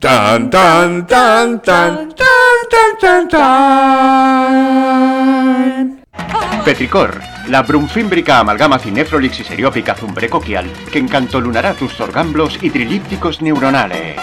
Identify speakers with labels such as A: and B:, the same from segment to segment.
A: Tan, tan, tan, tan, tan, tan, tan, tan.
B: Petricor, la brunfímbrica amalgama cinefrolix y seriópica zumbrecoquial que encantolunará tus sorgamblos y trilípticos neuronales.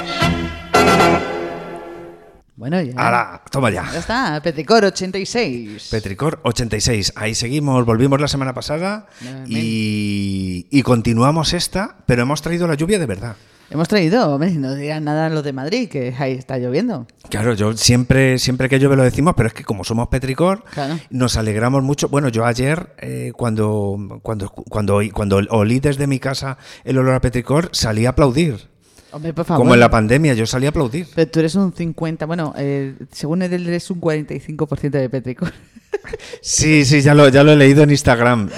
C: Bueno, ya.
A: ¡Hala! Toma ya.
C: Ya está, Petricor 86.
A: Petricor 86. Ahí seguimos, volvimos la semana pasada y, y continuamos esta, pero hemos traído la lluvia de verdad.
C: Hemos traído, hombre, no digan nada los de Madrid, que ahí está lloviendo.
A: Claro, yo siempre, siempre que llueve lo decimos, pero es que como somos Petricor,
C: Claro.
A: nos alegramos mucho. Bueno, yo ayer, eh, cuando, cuando, cuando, oí- cuando olí desde mi casa el olor a Petricor, salí a aplaudir.
C: Hombre, por favor.
A: Como en la pandemia, yo salí a aplaudir.
C: Pero tú eres un 50, bueno, eh, según él eres un 45% de Petricor.
A: Sí, sí, ya lo, ya lo he leído en Instagram.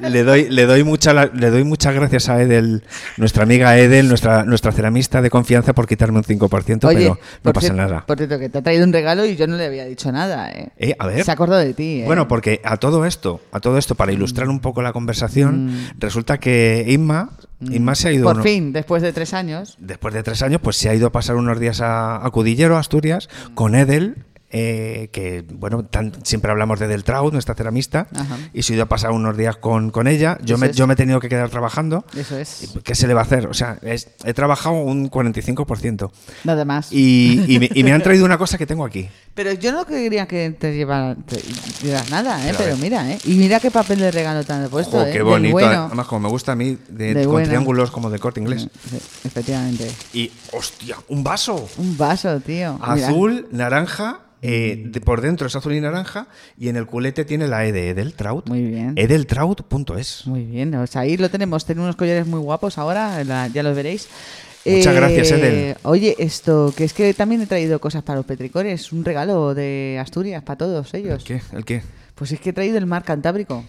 A: Le doy, le doy, mucha, la- le doy muchas gracias a Edel, nuestra amiga Edel, nuestra, nuestra ceramista de confianza, por quitarme un 5%, pero no
C: por
A: pasa
C: cier-
A: nada.
C: Por cierto, que te ha traído un regalo y yo no le había dicho nada, ¿eh?
A: Eh, a ver.
C: Se acordó de ti, ¿eh?
A: Bueno, porque a todo esto, a todo esto,
C: Mm.
A: para ilustrar un poco la conversación, resulta que Inma, Inma se ha ido
C: Por
A: uno-
C: fin, después de tres años.
A: después de tres años, pues se ha ido a pasar unos días a, a Cudillero, Asturias,
C: Mm.
A: con Edel. eh, que bueno, tan- siempre hablamos de Edel Traut, nuestra ceramista,
C: Ajá.
A: y se ha ido a pasar unos días con, con ella. Yo
C: Eso
A: me,
C: es.
A: yo me he tenido que quedar trabajando.
C: Eso es.
A: ¿Qué se le va a hacer? O sea, es- he trabajado un 45%.
C: Nada más.
A: Y, y me, y me han traído una cosa que tengo aquí.
C: Pero yo no quería que te llevara- te llevaras nada, ¿eh?
A: Pero
C: Pero
A: a ver.
C: mira, ¿eh? Y mira qué papel de regalo tan puesto,
A: Jo,
C: ¿eh?
A: qué
C: Del
A: bonito.
C: bueno.
A: Además, como me gusta a mí, de,
C: Del
A: con
C: bueno. Mm.
A: triángulos como de corte inglés.
C: Eh, Sí, Efectivamente.
A: Y, hostia, un vaso.
C: Un vaso, tío. Mira.
A: Azul, naranja. eh, de- por dentro es azul y naranja. Y en el culete tiene la E de Edeltraut.
C: Muy bien.
A: Eh. Edeltraut.es.
C: Muy bien, o sea, ahí lo tenemos. Tiene unos collares muy guapos ahora, la- ya los veréis. Eh,
A: Muchas gracias, Edel.
C: Oye, esto, que es que también he traído cosas para los petricores, un regalo de Asturias para todos ellos.
A: ¿El qué? ¿El qué?
C: Pues es que he traído el mar Cantábrico.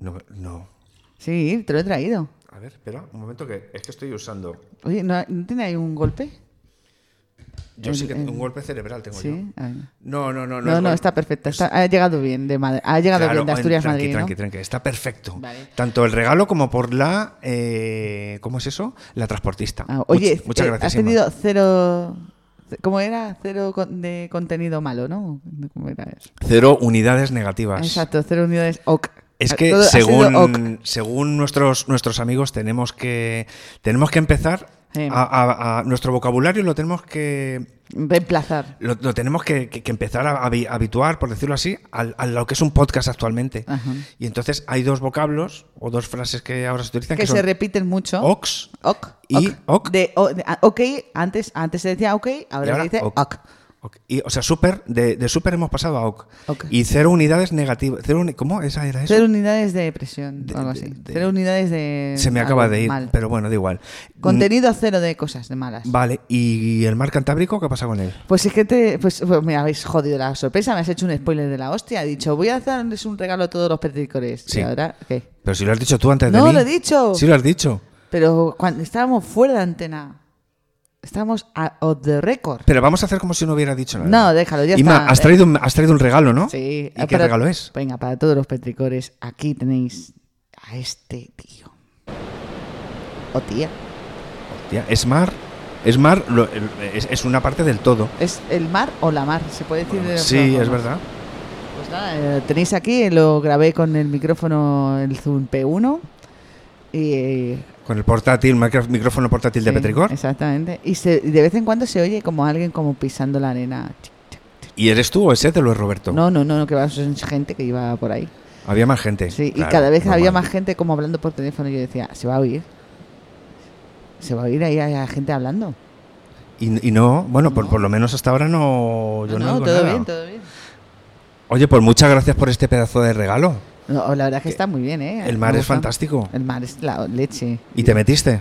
A: No, no.
C: Sí, te lo he traído.
A: A ver, espera, un momento que es que estoy usando.
C: Oye, ¿no, no tiene ahí un golpe?
A: Yo
C: El-
A: sí que
C: el-
A: un golpe cerebral tengo yo.
C: Sí. a ver.
A: No, no, no.
C: No, no,
A: es gol-
C: está perfecta. está- ha llegado bien de Madrid. Ha llegado
A: Claro,
C: bien de
A: en-
C: Asturias
A: tranqui,
C: Madrid. ¿no?
A: tranqui, tranqui, está perfecto.
C: Vale.
A: Tanto el regalo como por la. eh, ¿Cómo es eso? La transportista.
C: Ah, oye,
A: Much- muchas
C: eh,
A: gracias.
C: has
A: Inma.
C: tenido cero. ¿Cómo era? Cero con- de contenido malo, ¿no? ¿Cómo era eso?
A: Cero unidades negativas.
C: Exacto, cero unidades OK. Ah,
A: Es que
C: Todo ha sido ok.
A: según, según nuestros, nuestros amigos tenemos que, tenemos que empezar
C: Sí.
A: a, a- a- nuestro vocabulario lo tenemos que
C: reemplazar.
A: lo, lo tenemos que, que- que empezar a habi- habituar, por decirlo así, al- a, lo que es un podcast actualmente.
C: Ajá.
A: Y entonces hay dos vocablos o dos frases que ahora se utilizan que,
C: Que
A: son
C: se repiten mucho.
A: ox
C: Ok.
A: y
C: ok.
A: ok.
C: De, o- de- ah, ok, antes, antes se decía ok, ahora,
A: y ahora
C: se dice ok.
A: ok. Ok. Y, o sea, super, de, de super hemos pasado a ok.
C: Ok.
A: Y cero unidades negativas. Cero uni- ¿Cómo? ¿Esa era eso?
C: Cero unidades de presión
A: De-
C: o algo
A: de-
C: así.
A: de-
C: cero unidades de.
A: se me acaba
C: algo
A: de ir,
C: mal.
A: pero bueno, da igual.
C: Contenido cero de cosas de malas.
A: Vale, ¿y el mar Cantábrico qué pasa con él?
C: Pues es que te, pues, pues me habéis jodido la sorpresa, me has hecho un spoiler de la hostia. He dicho, voy a hacerles un regalo a todos los petricores.
A: Sí.
C: Y ahora, ¿qué?
A: Pero si lo has dicho tú antes de
C: No,
A: mí.
C: lo he dicho.
A: Sí lo has dicho.
C: Pero cuando estábamos fuera de antena, estábamos a- off the record.
A: Pero vamos a hacer como si no hubiera dicho nada.
C: No, déjalo, ya
A: Inma,
C: está. eh.
A: Has traído, un- has traído un regalo, ¿no?
C: Sí.
A: ¿Y
C: Ah,
A: qué
C: para-
A: regalo es?
C: Venga, para todos los petricores, aquí tenéis a este tío. O tía.
A: Tía, es mar. Es mar, lo- es, es una parte del todo.
C: ¿Es el mar o la mar? ¿Se puede decir? de otra
A: Sí,
C: forma?
A: es verdad.
C: Pues nada, eh, lo tenéis aquí, lo grabé con el micrófono, el Zoom P1. Y, eh,
A: Con el portátil, micro- micrófono portátil de
C: sí,
A: Petricor.
C: Exactamente. Y se- y de vez en cuando se oye como alguien como pisando la arena. Chic, chic.
A: ¿Y eres tú o es Ethel o es Roberto?
C: No, no, no, no, que va es gente que iba por ahí.
A: Había más gente.
C: Sí,
A: Claro,
C: y cada vez había
A: normal.
C: más gente como hablando por teléfono y yo decía, se va a oír. Se va a oír ahí a la gente hablando.
A: Y, y no, bueno, Por,
C: No.
A: por lo menos hasta ahora no. Pues Yo no, oigo
C: Ah, todo
A: nada.
C: bien, todo bien.
A: Oye, pues muchas gracias por este pedazo de regalo.
C: No, la verdad es que está muy bien, ¿eh?
A: El
C: Me
A: mar es
C: gusta.
A: fantástico.
C: El mar es la leche.
A: ¿Y te metiste?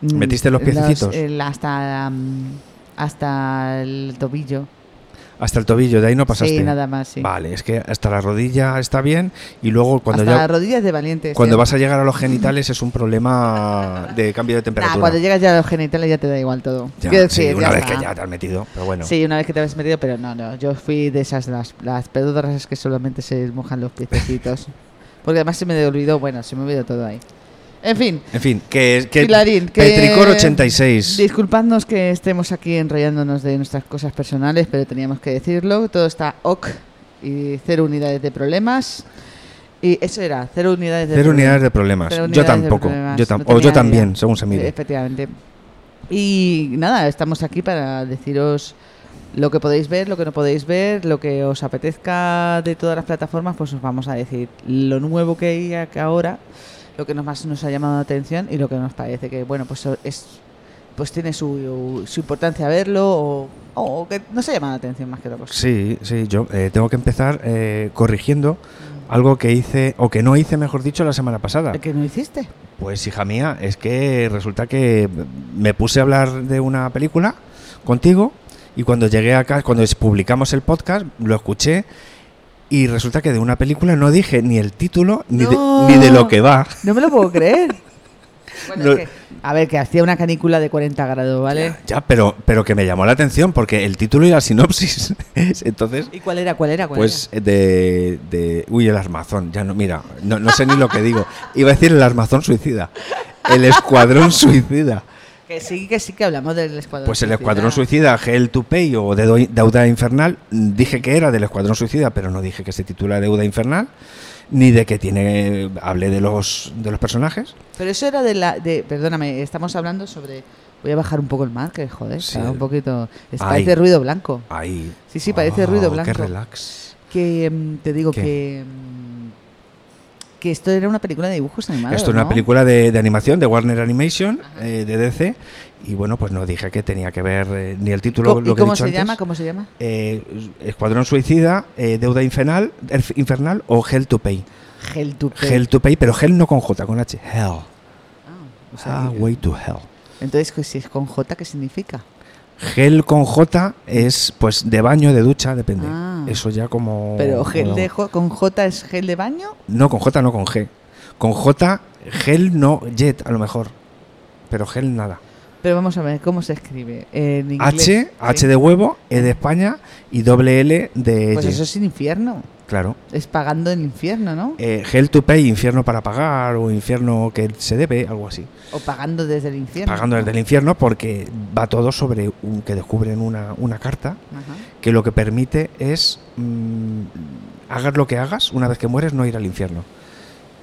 C: Mm,
A: ¿Metiste los piecitos?
C: el- hasta, mm, hasta el tobillo.
A: Hasta el tobillo, de ahí no pasaste.
C: Sí, nada más, sí.
A: Vale, es que hasta la rodilla está bien y luego cuando
C: hasta
A: ya
C: las rodillas de valientes.
A: cuando
C: ¿eh?
A: vas a llegar a los genitales es un problema de cambio de
C: Nah,
A: temperatura.
C: cuando llegas ya a los genitales ya te da igual todo.
A: Ya,
C: Quiero
A: sí,
C: decir,
A: una vez
C: está.
A: que ya te has metido, pero bueno.
C: Sí, una vez que te habías metido, pero no, no. Yo fui de esas, las, las pedorras que solamente se mojan los piecitos. Porque además se me olvidó, bueno, se me olvidó todo ahí. En fin.
A: En fin, que, que
C: Pilarín, que-
A: Petricor 86.
C: Disculpadnos que estemos aquí enrollándonos de nuestras cosas personales, pero teníamos que decirlo. Todo está ok y cero unidades de problemas. Y eso era, cero unidades de
A: Cero
C: problemas.
A: unidades de problemas.
C: Pero
A: yo
C: unidades de
A: tampoco.
C: problemas,
A: Yo tam-
C: no
A: o yo
C: tenía
A: también,
C: idea.
A: según se
C: Sí,
A: mire.
C: Efectivamente. Y nada, estamos aquí para deciros lo que podéis ver, lo que no podéis ver, lo que os apetezca de todas las plataformas, pues os vamos a decir lo nuevo que hay ac- ahora, lo que nos más nos ha llamado la atención y lo que nos parece que, bueno, pues o- es pues tiene su, su importancia verlo o, o que nos ha llamado la atención más que otra cosa.
A: Sí, sí, yo eh, tengo que empezar eh, corrigiendo algo que hice, o que no hice, mejor dicho, la semana pasada.
C: ¿El que no hiciste?
A: Pues hija mía, es que resulta que me puse a hablar de una película contigo y cuando llegué acá, cuando es- publicamos el podcast, lo escuché y resulta que de una película no dije ni el título ni, de-
C: No.
A: ni de, lo que va.
C: No me lo puedo creer. Bueno,
A: No.
C: es que- a ver, que hacía una canícula de 40 grados, ¿vale?
A: Ya, pero, pero que me llamó la atención porque el título y la sinopsis. Entonces,
C: ¿Y cuál era? ¿Cuál era? cuál era?
A: pues de, de- Uy, el armazón, ya no, mira, no, no sé ni lo que digo. Iba a decir el armazón suicida. El escuadrón suicida.
C: Que sí, que sí, que hablamos del escuadrón.
A: Pues el
C: Suicida.
A: Escuadrón Suicida, Gel to Pay o Dedo- Deuda Infernal, mm, dije que era del Escuadrón Suicida, pero no dije que se titula Deuda Infernal, ni de que tiene. Hablé de los, de los personajes.
C: Pero eso era de la. De, perdóname, estamos hablando sobre. Voy a bajar un poco el mar, que joder,
A: Sí.
C: está un poquito. es-
A: Ay. Ah.
C: Parece ruido blanco.
A: Ahí.
C: Sí, sí, parece ruido
A: Qué
C: blanco.
A: relax.
C: Que mm, te digo
A: ¿Qué?
C: que. mm, que esto era una película de dibujos animados.
A: Esto es una
C: ¿no?
A: película de, de animación de Warner Animation, eh, de DC, y bueno, pues no dije que tenía que ver eh, ni el
C: ¿Y
A: título,
C: co-
A: lo
C: ¿Y
A: que he
C: cómo
A: dicho
C: se
A: antes.
C: llama? ¿Cómo se llama?
A: eh, Escuadrón Suicida, eh, Deuda Infernal, Erf- Infernal o Hell to Pay.
C: Gel to Pay.
A: Hell to Pay, pero Hell no con J, con H. Hell.
C: Ah, o sea,
A: Ah,
C: que-
A: way to hell.
C: Entonces, que si es con J, ¿qué significa?
A: Gel con J es pues de baño, de ducha, depende.
C: Ah.
A: Eso ya como.
C: Pero gel
A: como-
C: de, jo- con J es gel de baño.
A: No, con J no con G. Con J, gel no, jet a lo mejor. Pero gel nada.
C: Pero vamos a ver, ¿cómo se escribe? En inglés.
A: H,
C: Sí.
A: H de huevo, E de España y doble L de.
C: Pues
A: Y.
C: eso es el infierno.
A: Claro.
C: Es pagando el infierno, ¿no?
A: Eh, Hell to pay, infierno para pagar o infierno que se debe, algo así.
C: O pagando desde el infierno.
A: Pagando desde el infierno porque va todo sobre un- que descubren una, una carta
C: Ajá.
A: que lo que permite es mm, hagas lo que hagas, una vez que mueres no ir al infierno.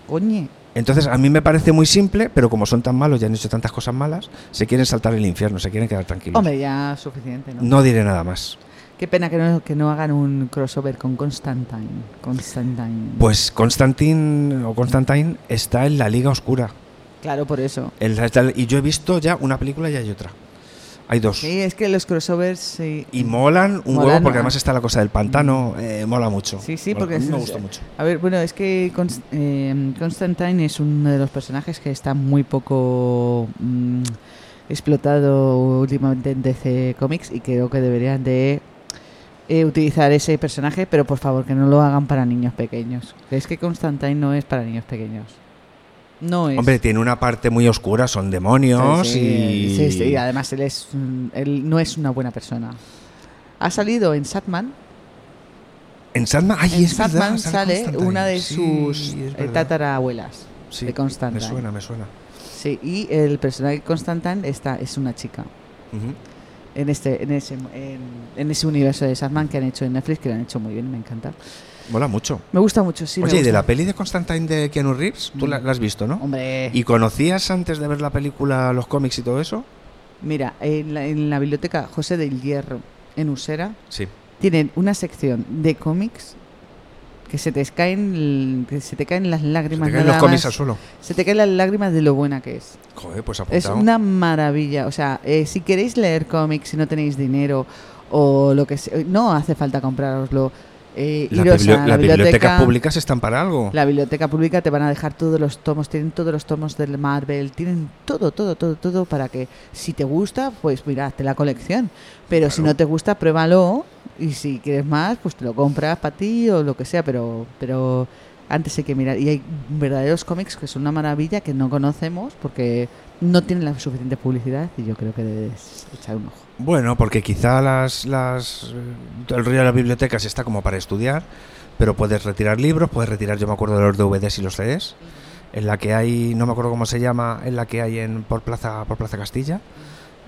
C: Coñe.
A: Entonces a mí me parece muy simple, pero como son tan malos y han hecho tantas cosas malas, se quieren saltar el infierno, se quieren quedar tranquilos.
C: Hombre, ya suficiente, ¿no?
A: No diré nada más.
C: Qué pena que no, que no hagan un crossover con Constantine. Constantine.
A: Pues Constantine o Constantine está en la Liga Oscura.
C: claro, por eso.
A: En la- está- y yo he visto ya una película y hay otra. Hay dos.
C: Sí, es que los crossovers sí.
A: Y molan un
C: Molan,
A: huevo
C: ah.
A: porque además está la cosa del pantano, eh, mola mucho.
C: Sí, sí,
A: Mola.
C: porque
A: a mí
C: es-
A: me gusta mucho.
C: A ver, bueno, es que Cons- eh, Constantine es uno de los personajes que está muy poco mm, explotado últimamente en DC Comics y creo que deberían de eh, utilizar ese personaje, pero por favor que no lo hagan para niños pequeños. Es que Constantine no es para niños pequeños. No es.
A: Hombre, tiene una parte muy oscura, son
C: Sí,
A: demonios
C: sí,
A: y...
C: sí, sí, además él, es, un- él no es una buena persona. Ha salido en Satman.
A: En Sandman, ay,
C: en
A: es verdad,
C: Satman
A: sale
C: sale
A: Constantine.
C: una de
A: Sí,
C: sus
A: es
C: eh,
A: verdad.
C: tatarabuelas
A: Sí,
C: de Constantine.
A: Me suena, me suena.
C: Sí, y el personaje de Constantine está, es una chica.
A: Ujú.
C: En, este, en, ese, en, en ese universo de Sandman que han hecho en Netflix, que lo han hecho muy bien, me encanta.
A: Mola mucho.
C: Me gusta mucho, sí. me
A: Oye, ¿y de
C: gusta.
A: la peli de Constantine de Keanu Reeves? Tú la, la has visto, ¿no?
C: Hombre,
A: ¿Y conocías antes de ver la película, los cómics y todo eso?
C: mira, en la, en la biblioteca José del Hierro, en Usera,
A: Sí.
C: tienen una sección de cómics que se te caen, el- que se te caen las
A: Se
C: lágrimas.
A: te caen los
C: nada
A: cómics al
C: más.
A: suelo.
C: se te caen las lágrimas de lo buena que es.
A: Joder, pues
C: Es
A: apuntado.
C: una maravilla. O sea, eh, si queréis leer cómics, si no tenéis dinero o lo que sea, no hace falta comprároslo. Eh,
A: La
C: iros
A: biblio-
C: a
A: las bibliotecas públicas están para algo.
C: La biblioteca pública te van a dejar todos los tomos, tienen todos los tomos del Marvel, tienen todo, todo, todo, todo para que si te gusta, pues mira, hazte la colección. Pero si
A: Claro.
C: no te gusta, pruébalo y si quieres más, pues te lo compras para ti o lo que sea, pero pero antes hay que mirar y hay verdaderos cómics que son una maravilla que no conocemos porque no tienen la suficiente publicidad y yo creo que debes echar un ojo.
A: Bueno, porque quizá las, las, eh, el río de las bibliotecas está como para estudiar, pero puedes retirar libros, puedes retirar, yo me acuerdo de los DVDs y los CDs, en la que hay, no me acuerdo cómo se llama, en la que hay en por Plaza por Plaza Castilla.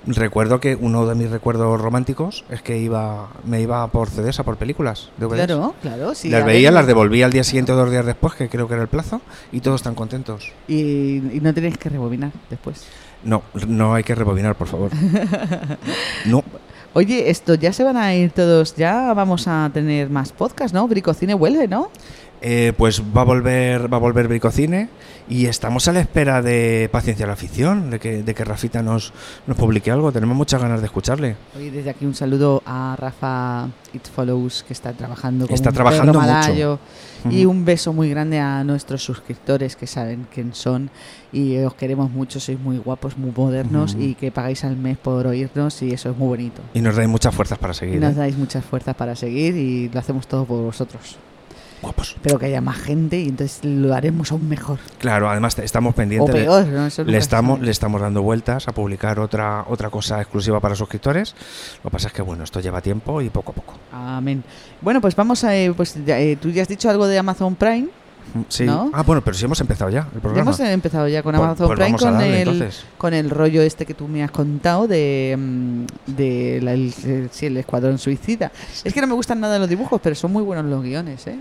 A: Recuerdo que uno de mis recuerdos románticos es que iba me iba por CDs a por películas. DVDs.
C: Claro, claro. Sí,
A: las
C: a
A: veía,
C: ver,
A: las devolvía al día siguiente o dos días después, que creo que era el plazo, y todos están contentos.
C: Y, y no tenéis que rebobinar después.
A: No, no hay que rebobinar, por favor. No,
C: Oye, esto ya se van a ir todos, ya vamos a tener más podcast, ¿no? Bricocine vuelve, ¿no?
A: Eh, pues va a volver, va a volver Bricocine y estamos a la espera de Paciencia a la afición, de que, de que Rafita nos, nos publique algo. Tenemos muchas ganas de escucharle.
C: Oye, desde aquí un saludo a Rafa It Follows, que está trabajando como
A: Está
C: un
A: trabajando
C: perro
A: mucho.
C: malayo. Y
A: Ujú.
C: un beso muy grande a nuestros suscriptores que saben quién son y os queremos mucho, sois muy guapos, muy modernos
A: Ujú.
C: y que pagáis al mes por oírnos y eso es muy bonito.
A: Y nos dais muchas fuerzas para
C: Y
A: seguir.
C: nos
A: ¿eh?
C: dais muchas fuerzas para seguir y lo hacemos todo por vosotros.
A: Guapos.
C: Espero que haya más gente y entonces lo haremos aún mejor.
A: Claro, además te- estamos
C: O
A: pendientes. de-
C: peor, ¿no? Eso
A: le
C: nunca
A: estamos,
C: se
A: le
C: sabe.
A: estamos dando vueltas a publicar otra, otra cosa exclusiva para suscriptores. Lo que pasa es que bueno, esto lleva tiempo y poco a poco.
C: Amén. Bueno, pues vamos a... eh, pues ya, eh, tú ya has dicho algo de Amazon Prime.
A: Sí.
C: ¿No?
A: Ah, bueno, pero sí hemos empezado ya el
C: Ya
A: programa.
C: hemos empezado ya con
A: Pues-
C: Amazon
A: pues
C: Prime
A: vamos a
C: con,
A: darle,
C: el,
A: entonces.
C: con el rollo este que tú me has contado de, mm, de la- el, el- sí, el escuadrón suicida. Es que no me gustan nada los dibujos, pero son muy buenos los guiones, ¿eh?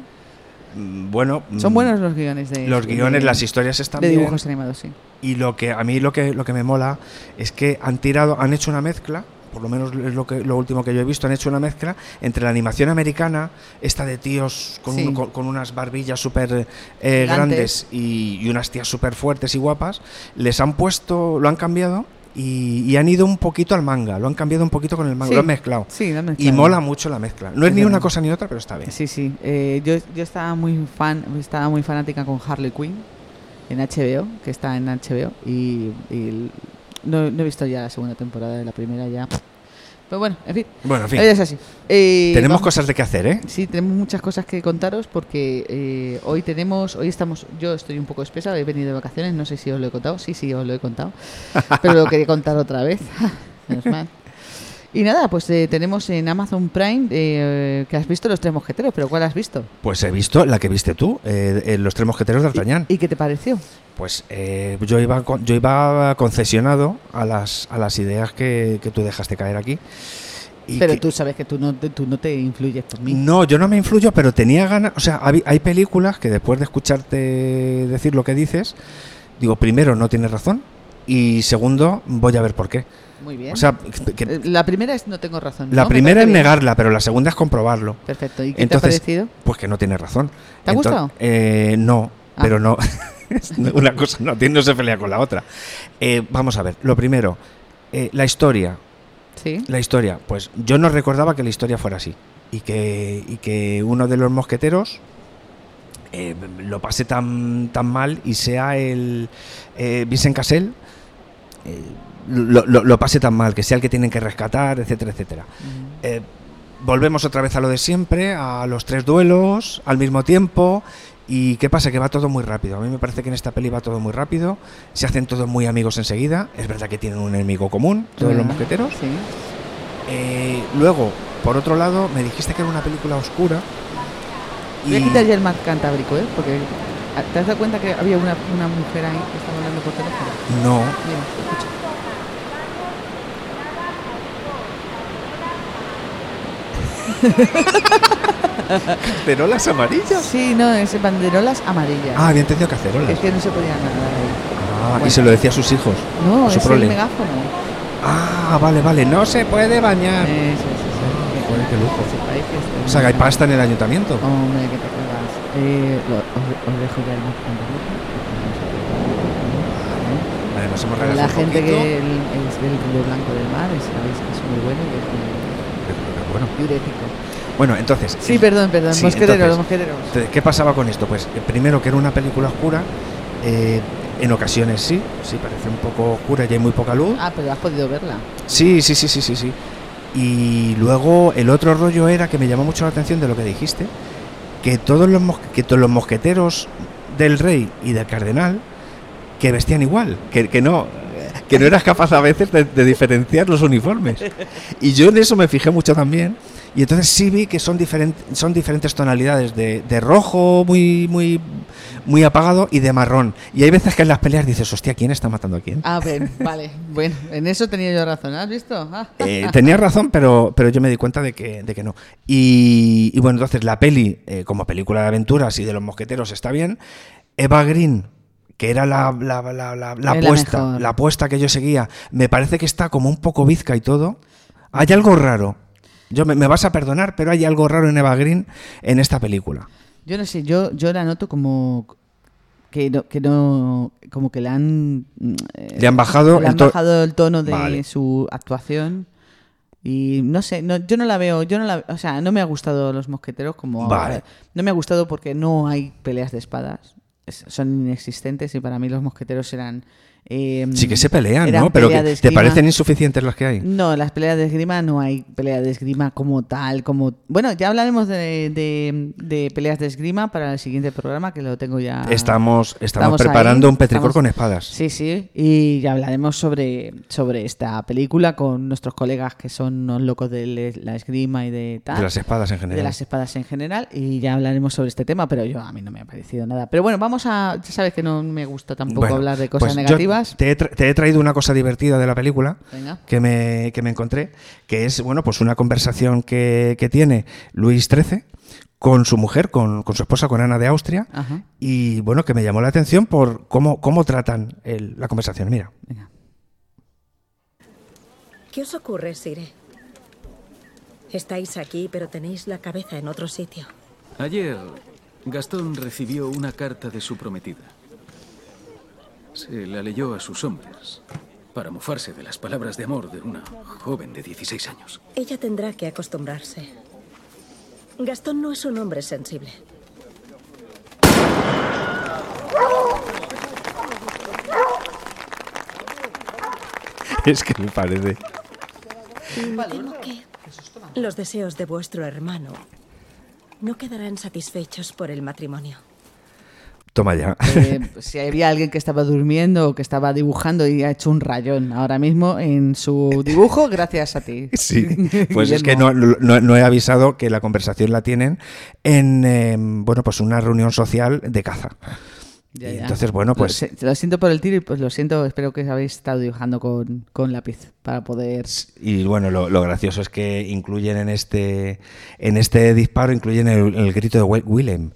A: Mm, Bueno,
C: Son
A: mm,
C: buenos los guiones de
A: Los
C: de-
A: guiones, las historias están
C: de
A: bien.
C: dibujos animados, sí.
A: Y lo que a mí lo que lo que me mola es que han tirado, han hecho una mezcla, por lo menos es lo que lo último que yo he visto, han hecho una mezcla entre la animación americana, esta de tíos con,
C: Sí.
A: un- con, con unas barbillas súper eh,
C: Gigantes.
A: grandes y, y unas tías súper fuertes y guapas, les han puesto, lo han cambiado y, y han ido un poquito al manga, lo han cambiado un poquito con el manga,
C: Sí.
A: lo han mezclado.
C: Sí, la
A: Y
C: mezclan.
A: mola mucho la mezcla. No es
C: Sí,
A: ni
C: sí.
A: una cosa ni otra, pero está bien.
C: Sí, sí. Eh, yo, yo estaba muy fan, estaba muy fanática con Harley Quinn en HBO, que está en HBO, y, y el- no, no he visto ya la segunda temporada de la primera ya. Pero bueno, en fin,
A: Bueno, en fin,
C: la vida es así. Eh,
A: tenemos
C: vamos-
A: cosas de qué hacer, ¿eh?
C: Sí, tenemos muchas cosas que contaros porque eh, hoy tenemos, hoy estamos, yo estoy un poco espesa, he venido de vacaciones, no sé si os lo he contado, sí, sí, os lo he contado, pero lo quería contar otra vez, menos mal. Y nada, pues eh, tenemos en Amazon Prime eh, que has visto los tres mosqueteros, pero ¿cuál has visto?
A: Pues he visto la que viste tú, eh, eh, Los Tres Mosqueteros de Artañán.
C: ¿Y qué te pareció?
A: Pues eh, yo, iba, con- yo iba concesionado a las, a las ideas que, que tú dejaste caer aquí. Y
C: Pero
A: que-
C: tú sabes que tú no, te- tú no te influyes por mí.
A: No, yo no me influyo, pero tenía ganas. O sea, habi- hay películas que después de escucharte decir lo que dices, digo, primero, no tienes razón. Y segundo, voy a ver por qué.
C: Muy bien.
A: Mm, O sea, que- que-
C: Eh, la primera es no tengo razón.
A: la
C: ¿no? Me
A: primera es
C: parece bien.
A: negarla, pero la segunda es comprobarlo.
C: Perfecto. ¿Y qué te
A: Entonces-
C: ha parecido?
A: Pues que no tiene razón.
C: ¿Te ha
A: Enton-
C: gustado?
A: Eh, no,
C: Ah.
A: pero no. Una cosa no, tiene- no se pelea con la otra. Eh, vamos a ver, lo primero, eh, la historia.
C: Sí.
A: La historia, pues yo no recordaba que la historia fuera así. Y que, y que uno de los mosqueteros eh, lo pase tan, tan mal y sea el eh, Vincent Cassel. eh, lo, lo- lo pase tan mal, que sea el que tienen que rescatar, etcétera, etcétera. Eh, volvemos otra vez a lo de siempre, a los tres duelos al mismo tiempo. ¿Y qué pasa? Que va todo muy rápido. A mí me parece que en esta peli va todo muy rápido. Se hacen todos muy amigos enseguida. Es verdad que tienen un enemigo común, todos los
C: Ah,
A: mosqueteros.
C: Sí.
A: Eh, luego, por otro lado, me dijiste que era una película oscura.
C: Voy a quitar ya el mar cantábrico, ¿eh? Porque ah, te has dado cuenta que había una, una mujer ahí que estaba hablando por teléfono.
A: No,
C: Mira, escucha.
A: ¿Cacerolas amarillas?
C: Sí, no, es banderolas amarillas.
A: Ah, había entendido
C: Es
A: cacerolas.
C: que no se podían nadar ahí.
A: Ah, y
C: bueno.
A: se lo decía a sus hijos.
C: No,
A: Su
C: es el
A: prole.
C: megáfono.
A: Ah, vale, vale. No se puede bañar.
C: Eso, eso, eso.
A: Ah. Joder, qué lujo.
C: Ese país que está-
A: O sea, que hay pasta en el ayuntamiento.
C: Hombre, que te juegas. Eh, lo- os, os dejo ya el mar cantábrico.
A: Vale, nos hemos
C: Para
A: relajado
C: ¿eh? la
A: un
C: gente
A: poquito.
C: que el- es del color blanco del mar, es- sabéis que es muy bueno y
A: Pero Bueno,
C: es muy diurético.
A: bueno, entonces.
C: Sí,
A: eh,
C: perdón, perdón.
A: Sí,
C: mosqueteros,
A: entonces-
C: mosqueteros.
A: Entonces, ¿Qué pasaba con esto? Pues eh, primero que era una película oscura, eh, en ocasiones sí, sí parece un poco oscura y hay muy poca luz.
C: Ah, pero has podido verla.
A: Sí, sí, sí, sí, sí, sí. Y luego el otro rollo era que me llamó mucho la atención de lo que dijiste, que todos los, mos- que todos los mosqueteros del rey y del cardenal que vestían igual, que, que no que no eras capaz a veces de, de diferenciar los uniformes. Y yo en eso me fijé mucho también Y entonces sí vi que son, diferent- son diferentes tonalidades de, de rojo muy, muy, muy apagado y de marrón. Y hay veces que en las peleas dices, hostia, ¿quién está matando a quién?
C: A ver, Ah, vale. Bueno, en eso tenía yo razón, ¿has visto? Ah.
A: Eh, tenía razón, pero, pero yo me di cuenta de que, de que no. Y, y bueno, entonces la peli, eh, como película de aventuras y de los mosqueteros, está bien. Eva Green, que era la, la, la, la- la
C: Era
A: apuesta,
C: mejor.
A: la apuesta que yo seguía, me parece que está como un poco bizca y todo. Hay algo raro. Yo me, me vas a perdonar, pero hay algo raro en Eva Green en esta película.
C: Yo no sé, yo, yo la noto como que no, que no como que le han mm, eh,
A: Le han bajado
C: le
A: el
C: han
A: to-
C: bajado el tono de
A: Vale.
C: su actuación y no sé, no, yo no la veo, yo no la, o sea, no me ha gustado los mosqueteros como ahora.
A: Vale.
C: no me ha gustado porque no hay peleas de espadas, Es- son inexistentes y para mí los mosqueteros eran eh,
A: Sí que se pelean,
C: eran
A: ¿no? Pero
C: pelea
A: que-
C: de
A: ¿te
C: esgrima.
A: parecen insuficientes las que hay?
C: No, las peleas de esgrima no hay pelea de esgrima como tal, como bueno, ya hablaremos de, de- de peleas de esgrima para el siguiente programa que lo tengo ya.
A: Estamos, estamos,
C: ahí,
A: preparando un
C: Ah.
A: petricor
C: estamos-
A: con espadas.
C: Sí, sí, y ya hablaremos sobre, sobre esta película con nuestros colegas que son unos locos de le- la esgrima y de tal.
A: De las espadas en
C: de
A: general.
C: las espadas en general y ya hablaremos sobre este tema, pero yo a mí no me ha parecido nada. Pero bueno, vamos a, ya sabes que no me gusta tampoco
A: Bueno,
C: hablar de cosas
A: pues yo
C: negativas.
A: Te he, tra- te he traído una cosa divertida de la película
C: Venga.
A: que me, que me encontré, que es bueno, pues una conversación que, que tiene Luis XIII con su mujer, con, con su esposa, con Ana de Austria,
C: Ajá.
A: y bueno, que me llamó la atención por cómo, cómo tratan el- la conversación. Mira.
C: Venga.
D: ¿Qué os ocurre, Sire? Estáis aquí, pero tenéis la cabeza en otro sitio.
E: Ayer, Gastón recibió una carta de su prometida. Se la leyó a sus hombres para mofarse de las palabras de amor de una joven de 16 años.
D: Ella tendrá que acostumbrarse. Gastón no es un hombre sensible.
A: Es que me parece.
D: Y me temo que los deseos de vuestro hermano no quedarán satisfechos por el matrimonio.
A: Toma ya.
C: Eh, si había alguien que estaba durmiendo o que estaba dibujando y ha hecho un rayón ahora mismo en su dibujo, gracias a ti.
A: Sí, pues es que
C: Guillermo.
A: no, no- no he avisado que la conversación la tienen en eh, bueno pues una reunión social de caza.
C: Ya,
A: y
C: ya.
A: entonces, bueno, pues-
C: Lo, si- lo siento por el tiro y pues lo siento, espero que habéis estado dibujando con, con lápiz para poder.
A: Y bueno, lo, lo gracioso es que incluyen en este en este disparo incluyen el, el grito de Will- Willem.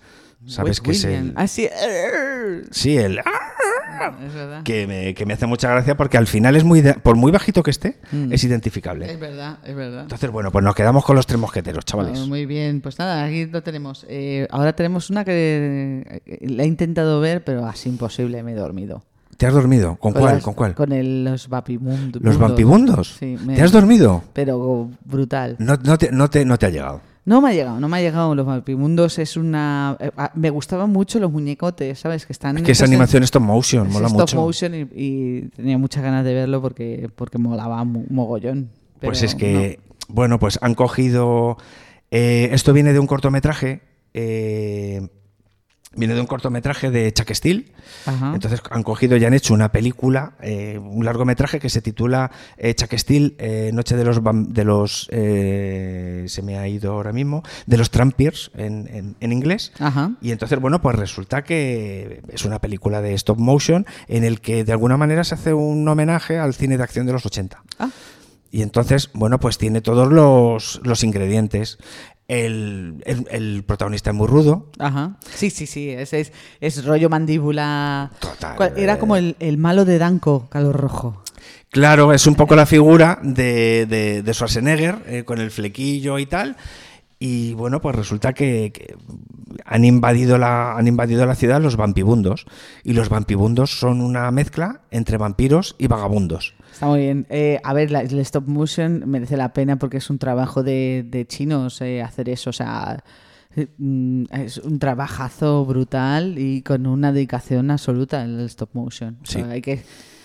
A: ¿Sabes
C: Wet
A: qué es
C: William.
A: el
C: Ah, sí. Ah.
A: Sí, el "Ah",
C: Es verdad.
A: que me, que me hace mucha gracia porque al final es muy de- por muy bajito que esté,
C: Mm.
A: es identificable.
C: Es verdad, es verdad.
A: Entonces, bueno, pues nos quedamos con los tres mosqueteros, chavales.
C: Ah, muy bien, pues nada, aquí lo tenemos. Eh, ahora tenemos una que eh, la he intentado ver, pero así imposible, me he dormido.
A: ¿Te has dormido? ¿Con, cuál?
C: las-
A: ¿Con cuál?
C: Con el- los vapimundos.
A: ¿Los vampibundos?
C: Sí, me-
A: ¿Te has dormido? Mm.
C: Pero brutal.
A: No, no te, no, te, no te ha llegado.
C: No me ha llegado, no me ha llegado. Los Vampimundos es una. eh, ah, Me gustaban mucho los muñecotes, ¿sabes? Que están.
A: Es que esa
C: hechos en-
A: animación stop motion,
C: pues es
A: mola
C: stop
A: mucho.
C: motion y, y tenía muchas ganas de verlo porque, porque molaba mu- mogollón. pero
A: Pues es que, bueno, pues han cogido. eh, esto viene de un cortometraje. eh, viene de un cortometraje de Chuck Steele.
C: no. Ajá.
A: Entonces han cogido y han hecho una película, eh, un largometraje que se titula eh, Chuck Steele, eh, Noche de los. Vam- de los eh, se me ha ido ahora mismo. De los Trampiers en, en- en inglés.
C: Ajá.
A: Y entonces, bueno, pues resulta que es una película de stop motion en el que de alguna manera se hace un homenaje al cine de acción de los 80.
C: Ah,
A: Y entonces, bueno, pues tiene todos los, los ingredientes. El, el- el protagonista es muy rudo.
C: ajá. Sí, sí, sí. Es, es, es rollo mandíbula.
A: Total.
C: ¿Cuál- Era como el, el malo de Danco, calor rojo.
A: Claro, es un poco la figura de, de- de Schwarzenegger, eh, con el flequillo y tal. Y bueno, pues resulta que, que han, invadido la, han invadido la ciudad los vampibundos. Y los vampibundos son una mezcla entre vampiros y vagabundos.
C: Está muy bien. Eh, a ver, la- el stop motion merece la pena porque es un trabajo de, de chinos eh, hacer eso. O sea, eh, mm, es un trabajazo brutal y con una dedicación absoluta en el stop motion. O sea,
A: Sí.
C: hay, que,